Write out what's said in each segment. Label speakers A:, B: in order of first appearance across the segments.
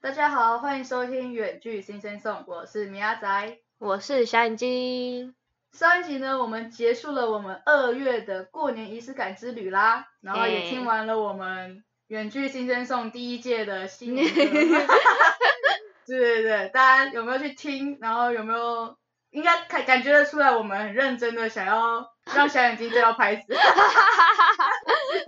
A: 大家好，欢迎收听《远距新生颂》，我是米阿仔。
B: 我是小眼睛，
A: 上一集呢，我们结束了我们二月的过年仪式感之旅啦，然后也
B: 嘿
A: 听完了我们《远距新生颂》第一届的 新年歌。对对对，大家有没有去听？然后有没有应该感感觉得出来，我们很认真的想要让小眼睛对到拍子。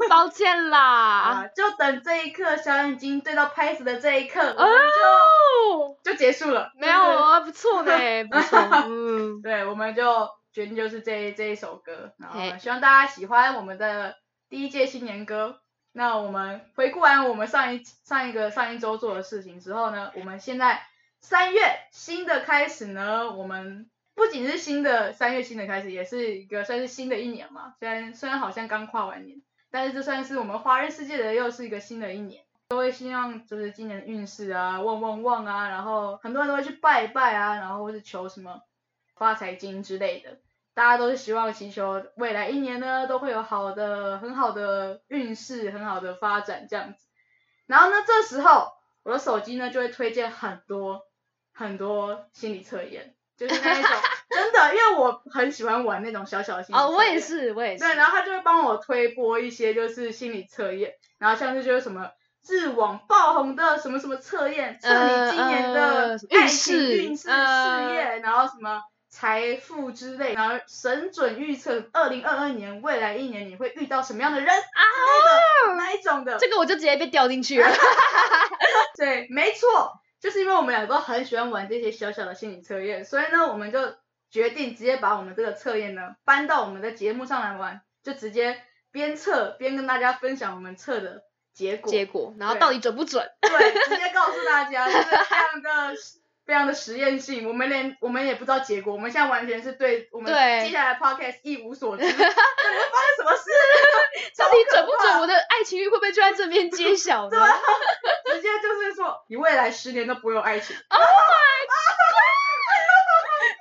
B: 抱歉啦。
A: 啊，就等这一刻，小眼睛对到拍子的这一刻，我们
B: 哦，
A: 就就结束了。
B: 啊没有，
A: 就是
B: 啊，不错 呢，不错，嗯，
A: 对，我们就决定就是这一这一首歌，然后
B: 嘿
A: 希望大家喜欢我们的第一届新年歌。那我们回顾完我们上一上一个上一周做的事情之后呢，我们现在三月新的开始呢，我们不仅是新的三月新的开始，也是一个算是新的一年嘛。虽然虽然好像刚跨完年，但是这算是我们华人世界的又是一个新的一年。都会希望就是今年的运势啊，旺旺旺啊，然后很多人都会去拜一拜啊，然后或是求什么发财金之类的，大家都是希望祈求未来一年呢都会有好的、很好的运势、很好的发展这样子。然后呢，这时候我的手机呢就会推荐很多很多心理测验，就是那 一种真的，因为我很喜欢玩那种小小的心理测
B: 哦，
A: 验。
B: 我也是，我也是，
A: 对，然后他就会帮我推播一些就是心理测验，然后像是就是什么致网爆红的什么什么测验，测你今年的
B: 呃运
A: 爱情、
B: 势
A: 运势、
B: 呃
A: 事业，然后什么财富之类，然后神准预测二零二二年未来一年你会遇到什么样的人之
B: 啊
A: 类的那一种的，
B: 这个我就直接被掉进 去了。
A: 对，没错，就是因为我们两个很喜欢玩这些小小的心理测验，所以呢，我们就决定直接把我们这个测验呢搬到我们的节目上来玩，就直接边测边跟大家分享我们测的结果，
B: 结果，然后
A: 对
B: 到底准不准？
A: 对，直接告诉大家，就是非常的非常的实验性，我们连我们也不知道结果，我们现在完全是对我们
B: 对
A: 接下来的 podcast 一无所 知，到底会发生什么事？
B: 到底准不
A: 超可怕
B: 准？我的爱情运会不会就在这边揭 晓呢？
A: 直接就是说，你未来十年都不会有爱情。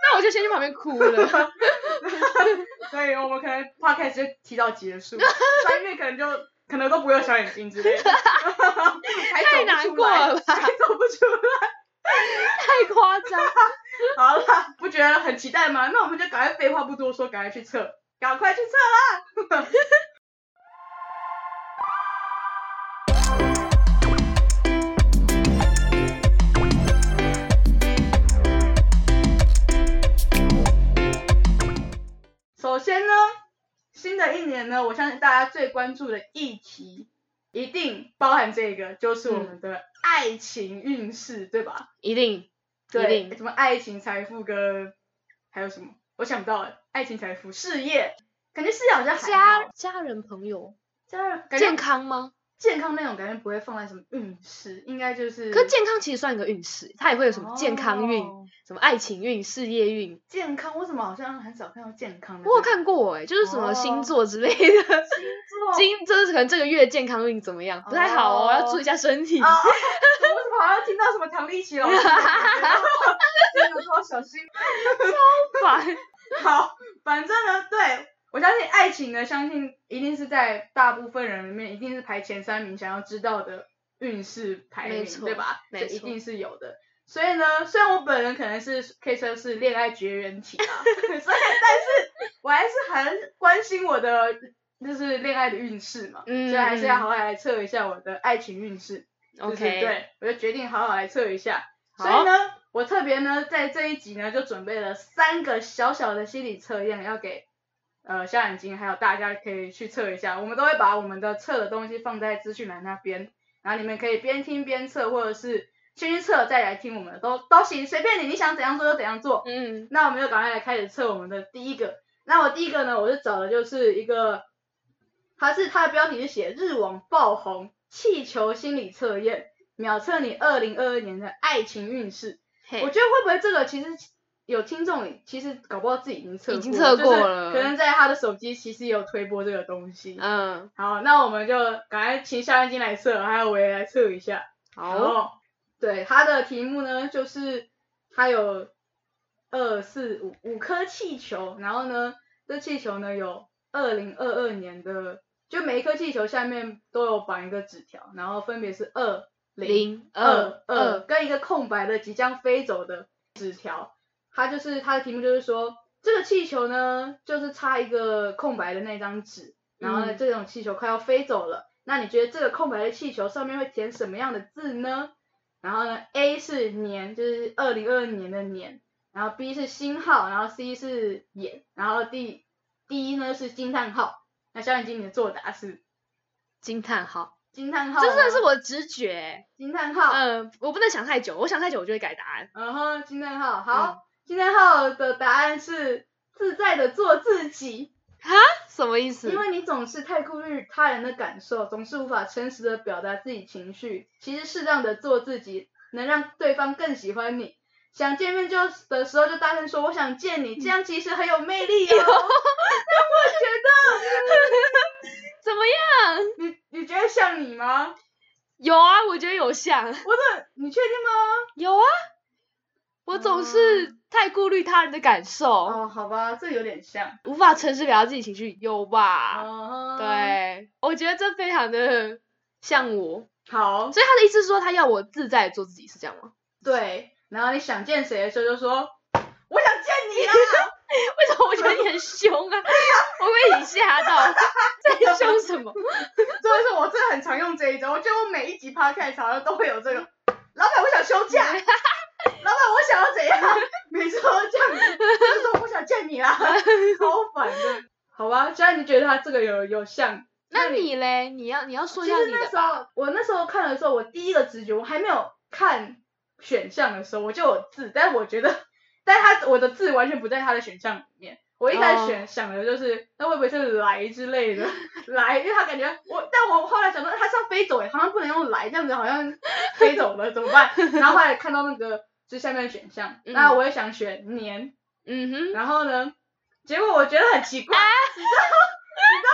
B: 那我就先去旁边哭 了。
A: 所以我们可能 podcast 就提早结束， 三月可能就可能都不会有小眼睛之类 的，还走不出来
B: 太难过了吧
A: 还走不出来。
B: 太夸张。
A: 好了，不觉得很期待吗？那我们就赶快废话不多说，赶快去测，赶快去测啦！ 首先呢，新的一年呢，我相信大家最关注的议题，一定包含这个，就是我们的爱情运势，对吧？
B: 一定，一
A: 对，
B: 定
A: 什么爱情、财富跟还有什么？我想不到了，爱情、财富、事业，感觉事业好像还
B: 家
A: 好
B: 家人朋友
A: 家感
B: 健
A: 觉
B: 康吗？
A: 健康那种感觉不会放在什么运势，应该就是
B: 可是健康其实算一个运势，它也会有什么健康运、
A: 哦
B: 什么爱情运、事业运，
A: 健康为什么好像很少看到健康的？
B: 我有看过哎、就是什
A: 哦
B: 么星座之类的，
A: 星座
B: 今这是可能这个月健康运怎么样？不太好
A: 哦
B: 哦哦，要注意一下身体。
A: 啊，我为什么好像听到什么唐立奇老师的感觉？真的说小心
B: 烦
A: 好，反正呢，对我相信爱情呢，相信一定是在大部分人里面，一定是排前三名想要知道的运势排
B: 没
A: 名，
B: 错
A: 对吧？
B: 没
A: 这一
B: 错
A: 定是有的。所以呢，虽然我本人可能是可以说是恋爱绝缘体啊， 所以但是我还是很关心我的就是恋爱的运势嘛，
B: 嗯
A: 所以还是要
B: 嗯
A: 好好来测一下我的爱情运势。就是
B: ，OK，
A: 对我就决定好好来测一下。
B: 好
A: 所以呢，我特别呢在这一集呢就准备了三个小小的心理测验，要给呃小眼睛还有大家可以去测一下。我们都会把我们的测的东西放在资讯栏那边，然后你们可以边听边测，或者是先去测再来听我们的都都行，随便你，你想怎样做就怎样做。
B: 嗯，
A: 那我们就赶快来开始测我们的第一个。那我第一个呢，我就找的就是一个，它是它的标题是写“日网爆红气球心理测验，秒测你二零二二年的爱情运势”。
B: 嘿
A: 我觉得会不会这个其实有听众其实搞不好自己已经测
B: 已经测过
A: 就
B: 了
A: 是可能在他的手机其实也有推播这个东西。
B: 嗯，
A: 好，那我们就赶快请夏燕金来测，还有我也来测一下。
B: 好，
A: 后对，它的题目呢，就是它有二四五五颗气球，然后呢，这气球呢有二零二二年的，就每一颗气球下面都有绑一个纸条，然后分别是二
B: 零
A: 二
B: 二
A: 二
B: 二，
A: 跟一个空白的即将飞走的纸条，它就是它的题目就是说，这个气球呢就是插一个空白的那张纸，然后呢、
B: 嗯
A: 这种气球快要飞走了，那你觉得这个空白的气球上面会填什么样的字呢？然后呢，A 是年，就是二零二二年的年，然后 B 是星号，然后 C 是眼，然后 D D 呢是惊叹号。那小眼睛你的作答是
B: 惊叹号，
A: 惊叹号吗，
B: 这真的是我的直觉欸。
A: 惊叹号。
B: 嗯，我不能想太久，我想太久我就会改答案。
A: 然后惊叹号，好，惊叹号的答案是自在的做自己，
B: 什么意思
A: 因？为你总是太顾虑他人的感受，总是无法诚实的表达自己情绪。其实适当的做自己，能让对方更喜欢你。想见面就的时候就大声说我想见你，这样其实很有魅力哦。
B: 怎么样？
A: 你你觉得像你吗？
B: 有啊，我觉得有像，
A: 我的，你确定吗？
B: 有啊。我总是太顾虑他人的感受，
A: 哦，好吧，这有点像。
B: 无法诚实表达自己情绪，有吧？
A: 哦，，
B: 对，我觉得这非常的像我。
A: 好，
B: 所以他的意思是说，他要我自在地做自己，是这样吗？
A: 对，然后你想见谁的时候就说我想见你啊 啦。
B: 为什么我觉得你很凶啊？ 我被你吓到，在凶什 么？
A: 真的是我真的很常用这一招，我觉得我每一集 podcast 好像都会有这个。老板，我想休 假。老板，我想要怎样？ 每次都这样子，就是说我想见你 啦，超烦的。好吧，虽然你觉得他这个有有像，
B: 那你嘞？你要你要说一
A: 其
B: 下
A: 实
B: 你
A: 那
B: 的
A: 时
B: 吧。
A: 候我那时候看的时候，我第一个直觉我还没有看选项的时候，我就有字，但我觉得，但他我的字完全不在他的选项里面。我一开
B: 哦
A: 始选、想的就是，那会不会是来之类的 来？因为他感觉我，但我后来想到他是要飞走耶，欸好像不能用来，这样子好像飞走了怎么 办？然后后来看到那个最下面的选项，
B: 嗯
A: 那我也想选年，
B: 嗯哼，
A: 然后呢，结果我觉得很奇怪，你知道，你知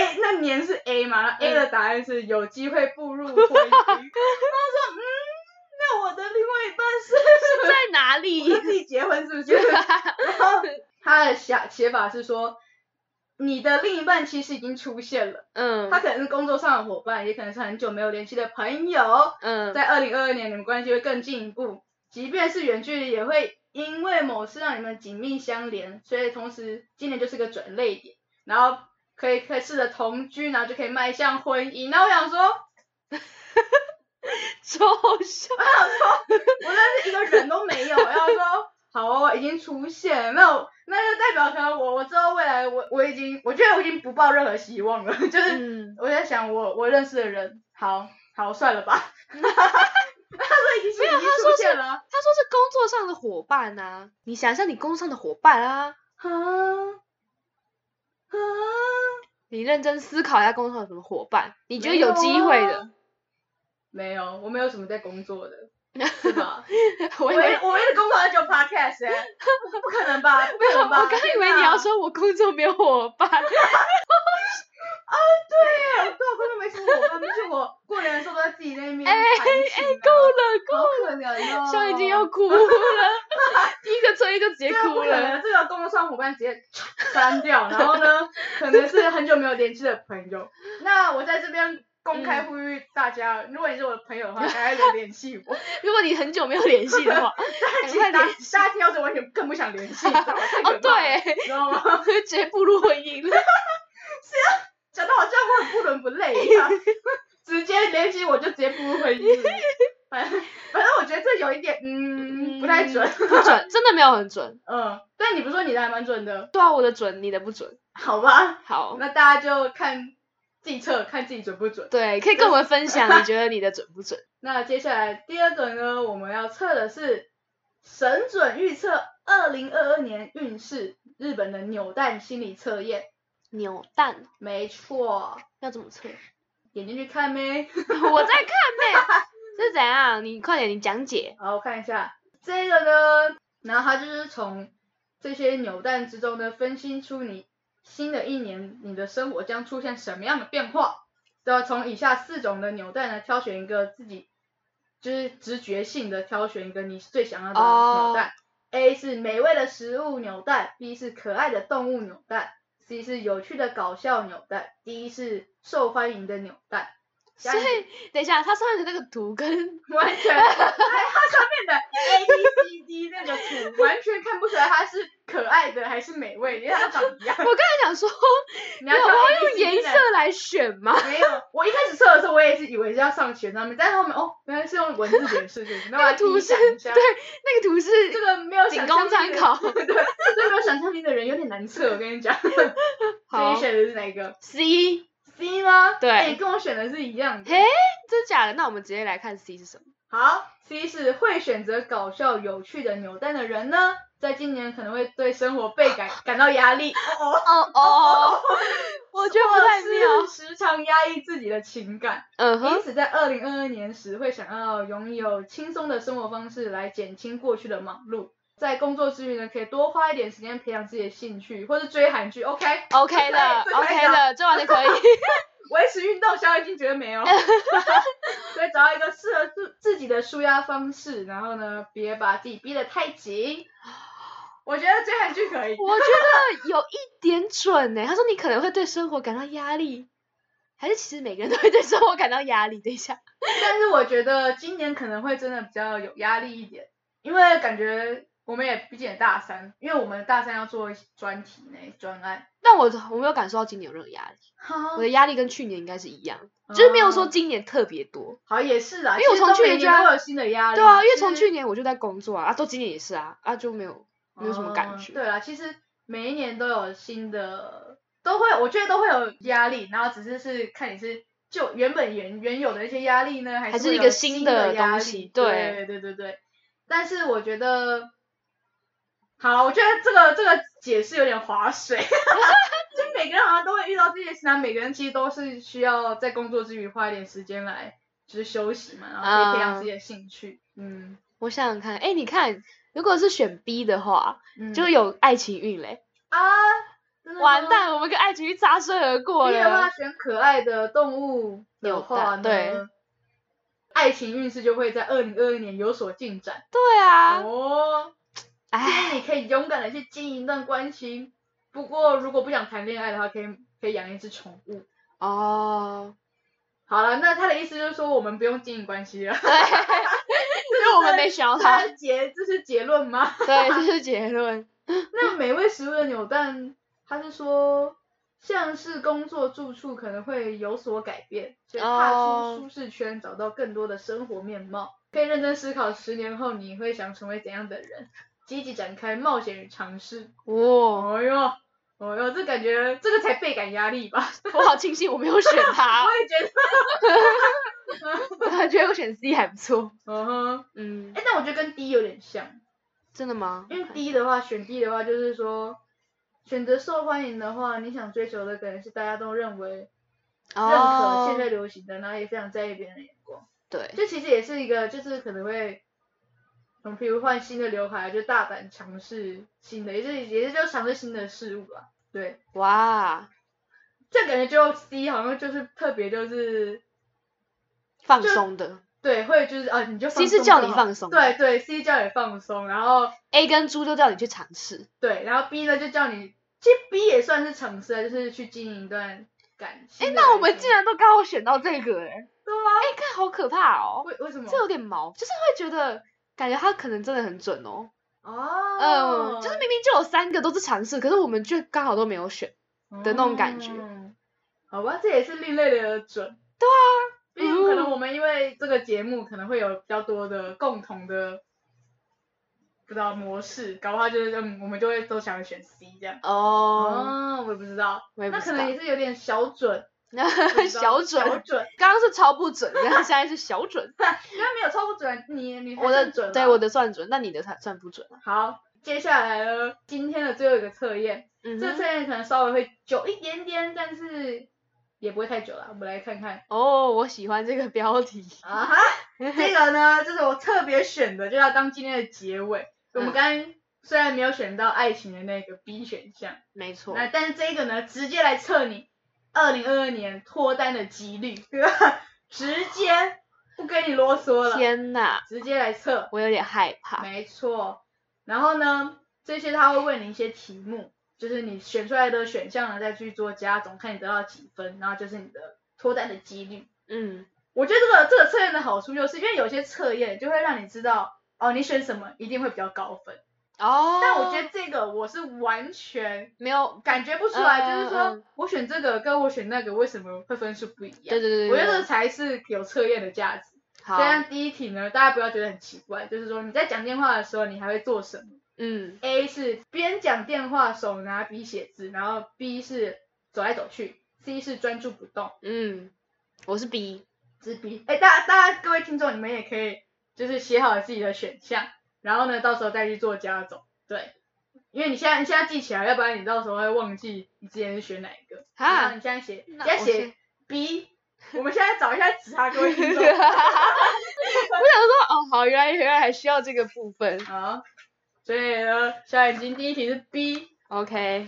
A: 道 A 那年是 A 嘛，然后 A
B: 嗯
A: 的答案是有机会步入婚姻。 然后我说，嗯，那我的另外一半是
B: 在哪里？
A: 是自己结婚是不 是？然后他的写写法是说。你的另一半其实已经出现了，
B: 嗯
A: 他可能是工作上的伙伴，也可能是很久没有联系的朋友，
B: 嗯，
A: 在二零二二年，你们关系会更进一步，即便是远距离，也会因为某事让你们紧密相连。所以同时，今年就是个转捩点，然后可以可以试着同居，然后就可以迈向婚姻。然后我想说，
B: 超凶。
A: 我那是一个人都没有，然后说。好哦，已经出现，那我那就代表可能我我知道未来我我已经我觉得我已经不抱任何希望了， 就是
B: 嗯，
A: 我在想我我认识的人，好好算了吧， 他说已经已经出现了啊，
B: 嗯他说是工作上的伙伴啊，你想象你工作上的伙伴啊，
A: 啊啊！
B: 你认真思考一下工作上有什么伙伴，你觉得有机会的。
A: 没有，我没有什么在工作 的，是吧？
B: 我
A: 我
B: 以
A: 唯
B: 为
A: 一啊我唯一的工作就 podcast 哎、不可能吧？不
B: 没
A: 可
B: 有，我
A: 能吧？
B: 刚以为你要说我工作没有伙伴。
A: 天啊哪，对，我根本没什么伙伴，而且我过年的时候都在自己那边弹琴、啊，
B: 哎够了，够
A: 好可怜哦，
B: 了，小已经要哭 了，第一个吹就直接
A: 这个
B: 哭
A: 啊不可
B: 了。
A: 能，这个工作上伙伴直接删掉，然后 呢，可能是很久没有联系的朋友。那我在这边公开呼吁大家，如果你是我的朋友的话，赶快来联系 我。
B: 如果你很久没有联系的话，赶
A: 其
B: 快
A: 实大
B: 联
A: 家大家听到这完全更不想联系，你知道吗？太可怕
B: 哦
A: 了，
B: 对，
A: 你知道吗？
B: 直接步入婚姻了。
A: 讲的好像我很不伦不类一 样，直接联系我就直接步入婚姻了。反正反正我觉得这有一点，嗯，不太准。
B: 不准，真的没有很准。
A: 嗯，但你不是说你的还蛮准的，
B: 对啊，我的准，你的不准。
A: 好吧？
B: 好，
A: 那大家就看计策，看自己准不准。
B: 对，可以跟我们分 享，你觉得你的准不准？
A: 那接下来第二个呢，我们要测的是神准预测二零二二年运势，日本的扭蛋心理测验。
B: 扭蛋
A: 没错，
B: 要怎么 测？
A: 点进去看呗。
B: 我在看呗。是怎样？你快点，你讲解。
A: 好，我看一下这个呢，然后它就是从这些扭蛋之中呢，分析出你新的一年你的生活将出现什么样的变化。都要从以下四种的扭蛋呢，挑选一个自己就是直觉性的挑选一个你最想要的
B: 哦
A: 扭蛋。A 是美味的食物扭蛋，B 是可爱的动物扭蛋，C 是有趣的搞笑扭蛋，D 是受欢迎的扭蛋。加
B: 所
A: 一
B: 以等一下，他上面的那个图 跟
A: 完全，哎它上面的 A B C D 那个图完全看不出来它是可爱的还是美味，因为它长一样
B: 我。刚才想说，
A: 你
B: 没
A: 要
B: 有，
A: 挑
B: 我
A: A
B: 要
A: B
B: 用
A: C D
B: 颜
A: 的
B: 色来选吗？
A: 没有，我一开始测的时候我也是以为是要上学他们，但是后面哦，原来是用文字解释的，那
B: 那个图是 对，那个图
A: 这
B: 是
A: 个没有
B: 仅
A: 想
B: 供
A: 象
B: 参
A: 力的，
B: 考。
A: 对，这个没有想象力的人有点难测，我跟你讲。所以
B: 好
A: 你选的是哪一个
B: C，
A: ？C 吗？
B: 对
A: 哎跟我选的是一样的。
B: 嘿，真假的？那我们直接来看 C 是什么。
A: 好，C 是会选择搞笑、有趣的扭蛋的人呢，在今年可能会对生活倍 感感到压力，哦
B: 哦哦， 我觉得不太
A: 或
B: 妙
A: 是。时常压抑自己的情感，
B: 嗯
A: 因
B: 哼，
A: 此在二零二二年时会想要拥有轻松的生活方式来减轻过去的忙碌。在工作之余呢，可以多花一点时间培养自己的兴趣，或是追韩剧，OK？
B: OK 的
A: 这可以
B: ，OK 的，这完 全可以。
A: 维持运动，小已经觉得 没有， 所以找到一个适合自自己的舒压方式，然后呢，别把自己逼得太 紧。我觉得追韩剧可以，
B: 我觉得有一点准欸呢、他说你可能会对生活感到压力，还是其实每个人都会对生活感到压力？等一下，
A: 但是我觉得今年可能会真的比较有压力一点，因为感觉我们也毕竟也大三，因为我们大三要做专题呢，专案。
B: 但我我没有感受到今年有任何压力，我的压力跟去年应该是一样，就是没有说
A: 哦
B: 今年特别多。
A: 好也是啦，
B: 因为我
A: 其实
B: 从
A: 都
B: 去
A: 每
B: 年就
A: 年
B: 在
A: 都有新的压力。
B: 对啊，因为
A: 其
B: 从
A: 实
B: 去年我就在工作啊，啊，到今年也是啊，啊就没有没有什么感
A: 哦
B: 觉。
A: 对啦，其实每一年都有新的，都会我觉得都会有压力，然后只是是看你是就原本原原有的一些压力呢，还
B: 还是
A: 会
B: 一
A: 有
B: 个
A: 新
B: 新
A: 的
B: 的
A: 压
B: 东
A: 力
B: 西
A: 对
B: 对
A: 对对对。但是我觉得，好了，我觉得这个这个解释有点划水。 就每个人好像都会遇到这些事，那每个人其实都是需要在工作之余花一点时间来，就是休息嘛，然后可以培养自己的兴趣。嗯，
B: 我想想看，哎，你看，如果是选 B 的话，
A: 嗯
B: 就有爱情运嘞，
A: 啊，真的
B: 完
A: 吗
B: 蛋，我们跟爱情运擦身而过
A: 你的话
B: 了。
A: 选可爱的动物的
B: 扭
A: 话呢，
B: 蛋对，
A: 爱情运势就会在二零二一年有所进展。
B: 对啊，
A: 哦，就
B: 哎，
A: 是你可以勇敢的去经营一段关系，不过如果不想谈恋爱的话，可以可以养一只宠物。
B: 哦，
A: 好了，那他的意思就是说我们不用经营关系了。
B: 对，因为我们没选到
A: 这
B: 他，
A: 是 结这是结论吗？
B: 对，这是结论。
A: 那美味食物的扭蛋，他是说像是工作住处可能会有所改变，所以踏
B: 哦
A: 出舒适圈，找到更多的生活面貌。可以认真思考十年后你会想成为怎样的人，积极展开冒险与尝试。
B: 哦，
A: 哦哟，哦哟，这感觉这个才倍感压力吧？
B: 我好庆幸我没有选他
A: 我，也觉得，
B: 我觉得我选 C 还不错。
A: 嗯哼，
B: 嗯，
A: 哎，但我觉得跟 D 有点像，
B: 真的吗？
A: 因为 D 的话，选 D 的话就是说。选择受欢迎的话，你想追求的可能是大家都认为认可现在
B: 哦，
A: 流行的，然后也非常在意别人的眼光。
B: 对，
A: 就其实也是一个，就是可能会，嗯，比如换新的刘海，就大胆尝试新的，也是也是就尝试新的事物吧。对，
B: 哇，
A: 这感觉就 C 好像就是特别就是
B: 放
A: 就
B: 松的
A: 对，会就是啊，你就放
B: C 是
A: 松
B: 叫
A: 就
B: 你
A: 好
B: 放松
A: 对对，C 叫你放松，然后
B: ，A 跟猪都叫你去尝试。
A: 对，然后 B 呢就叫你，其实 B 也算是尝试啊，就是去经营一段感情。
B: 哎
A: 哎，，
B: 那我们竟然都刚好选到这个，哎，
A: 对啊，
B: 哎，看好可怕哦，
A: 为为什么
B: 这？有点毛，就是会觉得。感觉他可能真的很准哦，
A: 哦
B: 嗯，，就是明明就有三个都是尝试，可是我们却刚好都没有选，的那种感觉
A: 嗯好吧，这也是另类的准。对啊，因为可能我们因为这个节目可能会有比较多的共同的，不知道模式，搞不好就是嗯，我们就会都想选 C 这样。
B: 哦，
A: 哦，我也不知道，
B: 我也不
A: 那可
B: 知
A: 能
B: 道，
A: 也是有点小准， 不知道
B: 小
A: 小
B: 准，
A: 准，
B: 刚刚是超不准，然后现在是小准。
A: 因为没有超不准，你你还
B: 我的
A: 算准啊
B: 对
A: 吧
B: 我的算准，那你的算算不准啊？
A: 好。接下来呢，今天的最后一个测验，
B: 嗯
A: 这个测
B: 哼，
A: 验可能稍微会久一点点，但是也不会太久了。我们来看看
B: 哦，我喜欢这个标题。
A: 啊哈，这个呢，这是我特别选的，就要当今天的结尾。我们
B: 嗯
A: 刚刚虽然没有选到爱情的那个 B 选项，
B: 没错，
A: 那但是这个呢，直接来测你二零二二年脱单的几率， 直接不跟你啰嗦了，
B: 天哪，
A: 直接来测，
B: 我有点害怕。
A: 没错。然后呢，这些他会问你一些题目，就是你选出来的选项呢，再去做加总，看你得到几分，然后就是你的脱单的几率。
B: 嗯，
A: 我觉得这个这个测验的好处就是，因为有些测验就会让你知道，哦，你选什么一定会比较高分。
B: 哦，
A: 但我觉得这个我是完全
B: 没有，
A: 感觉不出来，就是
B: 嗯嗯
A: 说我选这个跟我选那个为什么会分数不一
B: 对
A: 样？
B: 对对对，
A: 我觉得
B: 对
A: 这才是有测验的价值。
B: 好
A: 这，样第一题呢，大家不要觉得很奇怪，就是说你在讲电话的时候，你还会做什么
B: 嗯
A: ？A 是边讲电话手拿笔写字，然后 B 是走来走去，C 是专注不动，
B: 嗯，我是 B，
A: 是 B。哎，大大家各位听众，你们也可以就是写好自己的选项，然后呢，到时候再去做加总，对。因为你现在你现在记起来，要不然你到时候会忘记你之前是选哪一个。然后
B: 哈，
A: 你现在写，你
B: 啊那
A: 现在
B: 我
A: 写 B。我们现在找一下其他各位 听众。
B: 哦，好，原来原来还需要这个部分
A: 好，所以呢，小眼睛第一题是 B，
B: ，OK，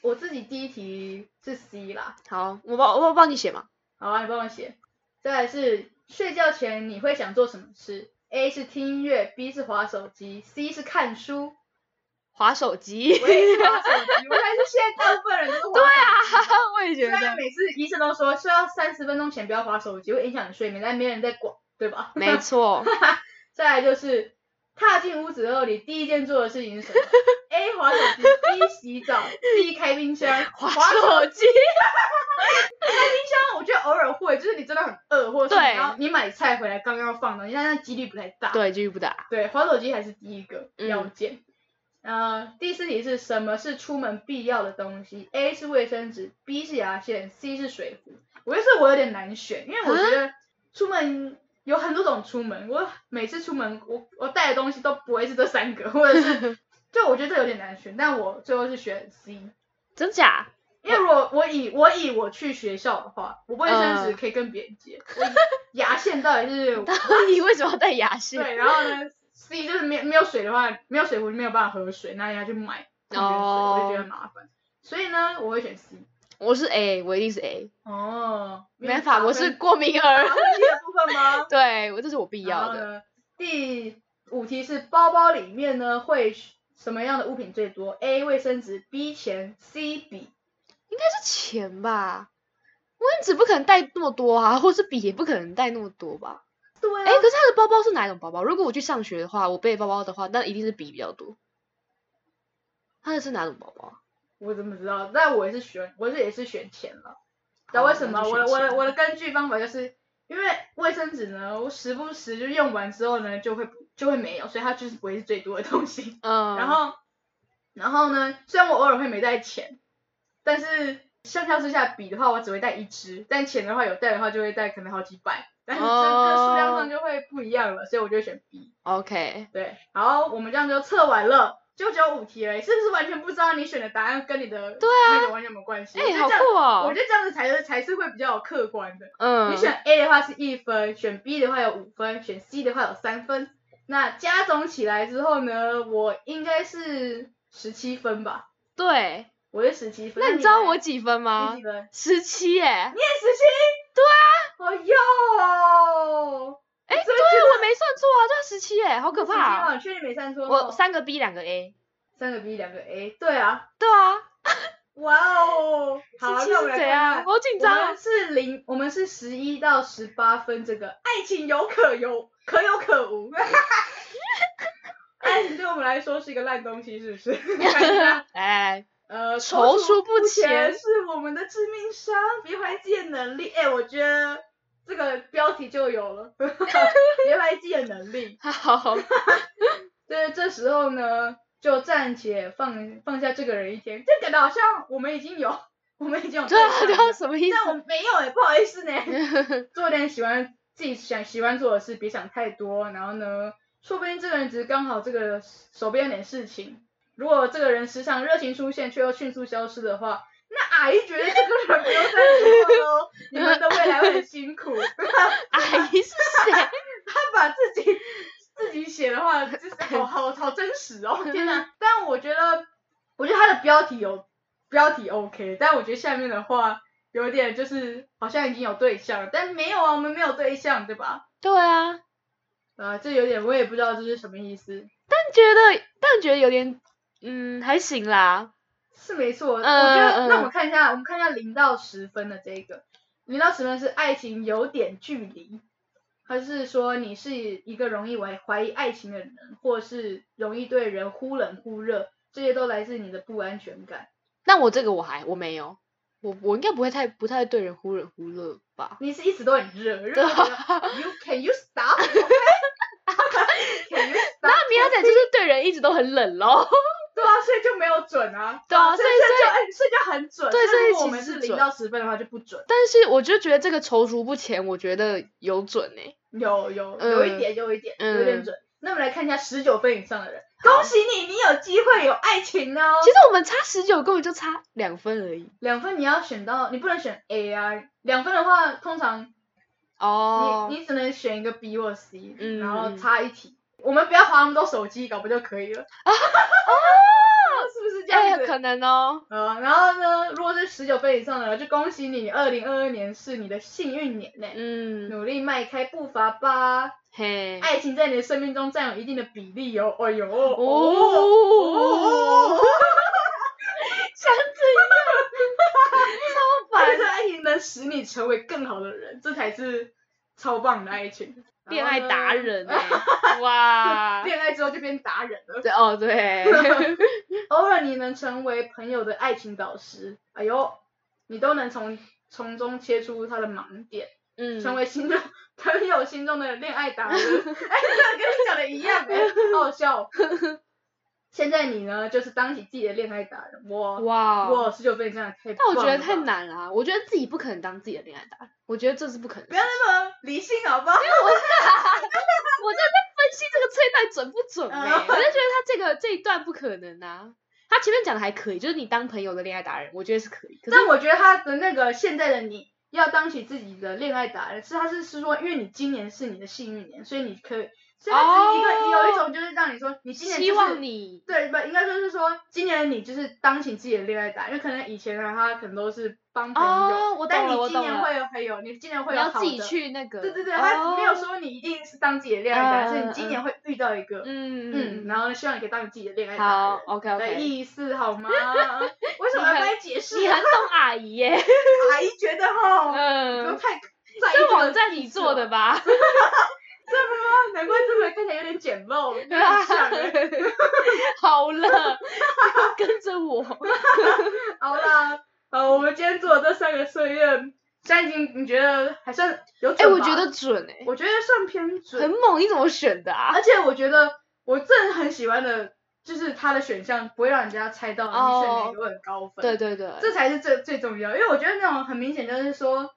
A: 我自己第一题是 C 啦。
B: 好，我帮我帮你写嘛，
A: 好啊，你帮我写。再来是睡觉前你会想做什么事？A 是听音乐，B 是划手机，C 是看书。
B: 划手机，
A: 我也是划手机，我还是现在大部分人都是划手机。
B: 我也觉
A: 虽然
B: 得，
A: 每次医生都说睡到三十分钟前不要划手机，会影响你睡眠，但没人在管，对吧？
B: 没错，
A: 再来就是踏进屋子后，你第一件做的事情是什么？A 滑手机，B 洗澡，C 开冰箱。
B: 划
A: 滑手
B: 手机，
A: 当然，我觉得偶尔会，就是你真的很饿，或者是
B: 对
A: 你要你买菜回来刚刚要放东西，但那几率不太大。
B: 对，继续不打，
A: 对，滑手机还是第一个
B: 嗯
A: 要件。呃，第四题是什么是出门必要的东西？A 是卫生纸，B 是牙线，C 是水壶。我觉得这我有点难选，因为我觉得出门有很多种出门，我每次出门我我带的东西都不会是这三个，或者是就我觉得这有点难选，但我最后是选 C，
B: 真假？
A: 因为如果我以我以我去学校的话，我卫生纸可以跟别人借，我以牙线到底是
B: 到底为什么要戴牙线？
A: 对，然后呢，C 就是没有没有水的话，没有水壶就没有办法喝水，那你要去买矿泉水，
B: 哦
A: 我就觉得很麻烦。所以呢，我会选 C。
B: 我是 A，我一定是 A，
A: 哦，
B: 没办法，我是过敏
A: 打
B: 儿，
A: 分题的部分吗？
B: 对我这是我必
A: 然
B: 要
A: 后
B: 的，
A: 呢，第五题是包包里面呢会什么样的物品最多？A 卫生纸，B 钱，C 笔。
B: 应该是钱吧。卫生纸不可能带那么多啊，或是笔也不可能带那么多吧。
A: 对
B: 哎、
A: 啊，
B: 可是他的包包是哪一种包包？如果我去上学的话，我背包包的话，那一定是笔比较多。他的是哪种包包啊？
A: 我怎么知道？但我也是选，我是也是选钱了。知道为什么？
B: 哦好那就
A: 我的我的
B: 选钱
A: 我的根据方法就是，因为卫生纸呢，我时不时就用完之后呢，就会就会没有，所以它就是不会是最多的东西。
B: 嗯，
A: 然后，然后呢，虽然我偶尔会没带钱，但是相较之下比的话，我只会带一支，但钱的话有带的话就会带可能好几百，但是这个数量上就会不一样了，所以我就选 B。
B: 嗯 OK，
A: 对，好，我们这样就测完了，就只有五题而已，是不是完全不知道你选的答案跟你的对啊那个完全没有关系？
B: 哎、
A: 我觉得
B: 好
A: 这样
B: 酷
A: 我
B: 哦。
A: 觉得这样子才是才是会比较有客观的。
B: 嗯，
A: 你选 A 的话是一分，选 B 的话有五分，选 C 的话有三分。那加总起来之后呢，我应该是十七分吧，
B: 对，
A: 我是十七分。
B: 那
A: 你
B: 你知道
A: 呢
B: 我几分吗
A: 你几？分？
B: 十七耶！
A: 你也十七？对啊。哦哟。
B: 哎、
A: 你
B: 对，
A: 真的觉得
B: 我没算错啊，对啊，十七耶，好可怕
A: 17
B: 啊、
A: 吗你确定没算错哦？
B: 我三个 B，两个 A。
A: 三个 B 两个 A，对啊。
B: 对啊，
A: 哇哦。好，
B: 十七
A: 那我
B: 是
A: 们来
B: 谁
A: 看
B: 啊？
A: 看
B: 我。好紧
A: 我
B: 张
A: 们
B: 啊。
A: 是零，我们是十一到十八分，这个爱情有可有，可有可无。 爱情对我们来说是一个烂东西，是不是？
B: 哎，
A: 呃，
B: 踌
A: 踌
B: 躇
A: 躇
B: 不
A: 前
B: 前
A: 是我们的致命伤，别怀自己的能力。哎、我觉得这个标题就有了， 别怀自己的能力。
B: 哎好，
A: 这这时候呢，就暂且放放下这个人一天，就感觉好像我们已经有，我们已经有
B: 对啊，
A: 对
B: 对
A: 象
B: 啊，
A: 了
B: 什么意思？
A: 但我没有哎、不好意思呢。 做点喜欢自己想喜欢做的事，别想太多。然后呢，说不定这个人只是刚好这个手边有点事情。如果这个人时常热情出现却又迅速消失的话，那阿姨觉得这个人不用再联络喽，你们的未来会很辛苦。
B: 阿姨是谁？
A: 他 把自己自己写的话，就是好好好真实哦，天哪！但我觉得，我觉得他的标题有标题 OK，但我觉得下面的话有点就是好像已经有对象了，但没有啊，我们没有对象，对吧？
B: 对啊，
A: 啊，这有点我也不知道这是什么意思，
B: 但觉得但觉得有点，嗯，还行啦。
A: 是没错。
B: 嗯
A: 我觉得、
B: 嗯
A: 那我们看一下，我们看一下零到十分的这一个，零到十分是爱情有点距离，还是说你是一个容易怀怀疑爱情的人，或是容易对人忽冷忽热，这些都来自你的不安全感。
B: 那我这个我还我没有，我我应该不会太不太对人忽冷忽热吧？
A: 你是一直都很热，热到觉 得 you can you stop？Can you stop?
B: 那米娅姐就是对人一直都很冷咯。
A: 对啊，所以就没有准啊。
B: 对啊
A: 所以
B: 所以
A: 所以就哎所以就很准。
B: 对
A: 但
B: 所以
A: 如果
B: 其
A: 我们
B: 实
A: 是
B: 是
A: 零
B: 准
A: 到十分的话就不准。
B: 但是我就觉得这个踌躇不前，我觉得有准哎、
A: 有有有一
B: 嗯
A: 点，有一点，有一点
B: 嗯
A: 准。那我们来看一下十九分以上的人，恭喜你，你有机会有爱情哦。
B: 其实我们差十九根本就差两分而已。
A: 两分你要选到，你不能选 A 啊。两分的话，通常你、
B: 哦，
A: 你只能选一个 B 或 C，、
B: 嗯
A: 然后
B: 嗯
A: 差一题。我们不要划那么多手机，搞不就可以了？ 是不是这
B: 啊哎、
A: 样子？
B: 可能哦。
A: 呃，然后呢，如果是十九分以上的人，就恭喜你，二零二二年是你的幸运年呢。
B: 嗯，哎
A: 努力迈开步伐吧，
B: 嘿，
A: 爱情在你的生命中占有一定的比例哦。哎呦，哦，
B: 哦，想怎
A: 但
B: 样？
A: 是
B: 超烦，
A: 爱情能使你成为更好的人，这才是超棒的爱情。
B: 恋
A: 然后
B: 爱
A: 呢
B: 达人哎、 哇，
A: 恋爱之后就变达人了。
B: 对哦 对，
A: 偶尔你能成为朋友的爱情导师，哎呦，你都能从从中切出他的盲点，
B: 嗯，
A: 成为心中 朋友心中的恋爱 达人。哎，这个跟你讲的一样哎、好好笑哦。现在你呢，就是当起自己的恋爱达人。我
B: 哇，
A: 我十九分以上太
B: 但
A: 棒
B: 我觉
A: 了
B: 得太
A: 吧，
B: 难了啊、我觉得自己不可能当自己的恋爱达人，我觉得这是不可能的
A: 不要
B: 事情。
A: 那么理性好不好？
B: 我就在分析这个催泪准不准呢、
A: 嗯
B: 我就觉得他这个这一段不可能啊。他前面讲的还可以，就是你当朋友的恋爱达人，我觉得是可以。可是
A: 但我觉得他的那个现在的你要当起自己的恋爱达人，是他是是说，因为你今年是你的幸运年，所以你可以，所以他只是一个、有一种就是让你说，你今年、就是、
B: 哦希望你
A: 对不应该说是说今年的你就是当起自己的恋爱达人，因为可能以前呢他可能都是帮朋友，
B: 哦，我懂
A: 但
B: 了，
A: 你
B: 我
A: 今
B: 懂
A: 年
B: 了，
A: 会有会有，你今年会
B: 你
A: 有
B: 要
A: 好
B: 自己
A: 的
B: 去那个。
A: 对对对，他没有
B: 哦。
A: 说你一定是当自己的恋爱达人，所以你今年会遇到一个，
B: 嗯
A: 嗯，然后呢希望你可以当你自己的恋爱达人
B: 好。，OK
A: 的
B: OK。
A: 意思好 吗？为什么要跟他解释？
B: 你很懂阿姨耶、
A: 阿姨觉得哈，不用
B: 嗯，
A: 太在意
B: 这网
A: 个
B: 站你做的吧？
A: 字，难怪这本看起来有点简陋，有点像欸。
B: 好了，不要跟着我。
A: 好啦，呃，我们今天做的这三个测验，现在已经你觉得还算有
B: 哎、
A: 准
B: 我
A: 吧
B: 觉得准哎、
A: 我觉得算偏
B: 很
A: 准，
B: 猛，你怎么选的啊？
A: 而且我觉得我真的很喜欢的，就是它的选项不会让人家猜到你选哪
B: 哦
A: 个会很高分。
B: 对对对，
A: 这才是最最重要，因为我觉得那种很明显就是说，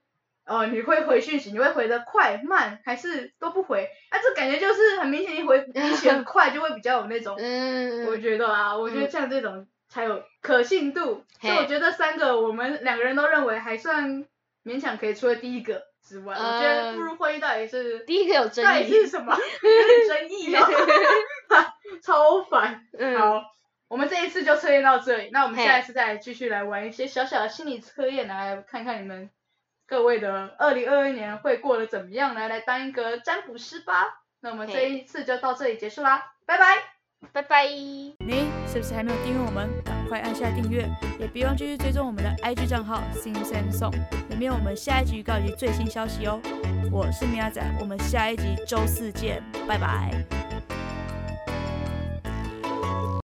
A: 呃，你会回讯息，你会回的快慢还是都不回，啊，这感觉就是很明显，你回你选快就会比较有那种，
B: 嗯，
A: 我觉得啊，我觉得
B: 嗯
A: 像这种才有可信度，所以我
B: 嘿
A: 觉得三个我们两个人都认为还算勉强可以，除了第一个之外，我觉得
B: 嗯
A: 步入婚姻到底是
B: 第一个有争
A: 到底
B: 议
A: 是，什么 有点争议哦，超烦。
B: 嗯，
A: 好，我们这一次就测验到这里，那我们
B: 嘿
A: 下一次再来继续来玩一些小小的心理测验，来看看你们各位的二零二一年会过得怎么样，来来当一个占卜师吧。那我们
B: 嘿
A: 这一次就到这里结束啦，拜拜。
B: 拜拜。
C: 你是不是还没有订阅我们？赶快按下订阅，也别忘继续追踪我们的 IG 账号 Sing Sam Song，里面有我们下一集预告以及最新消息哦。我是米亚仔，我们下一集周四见，拜拜。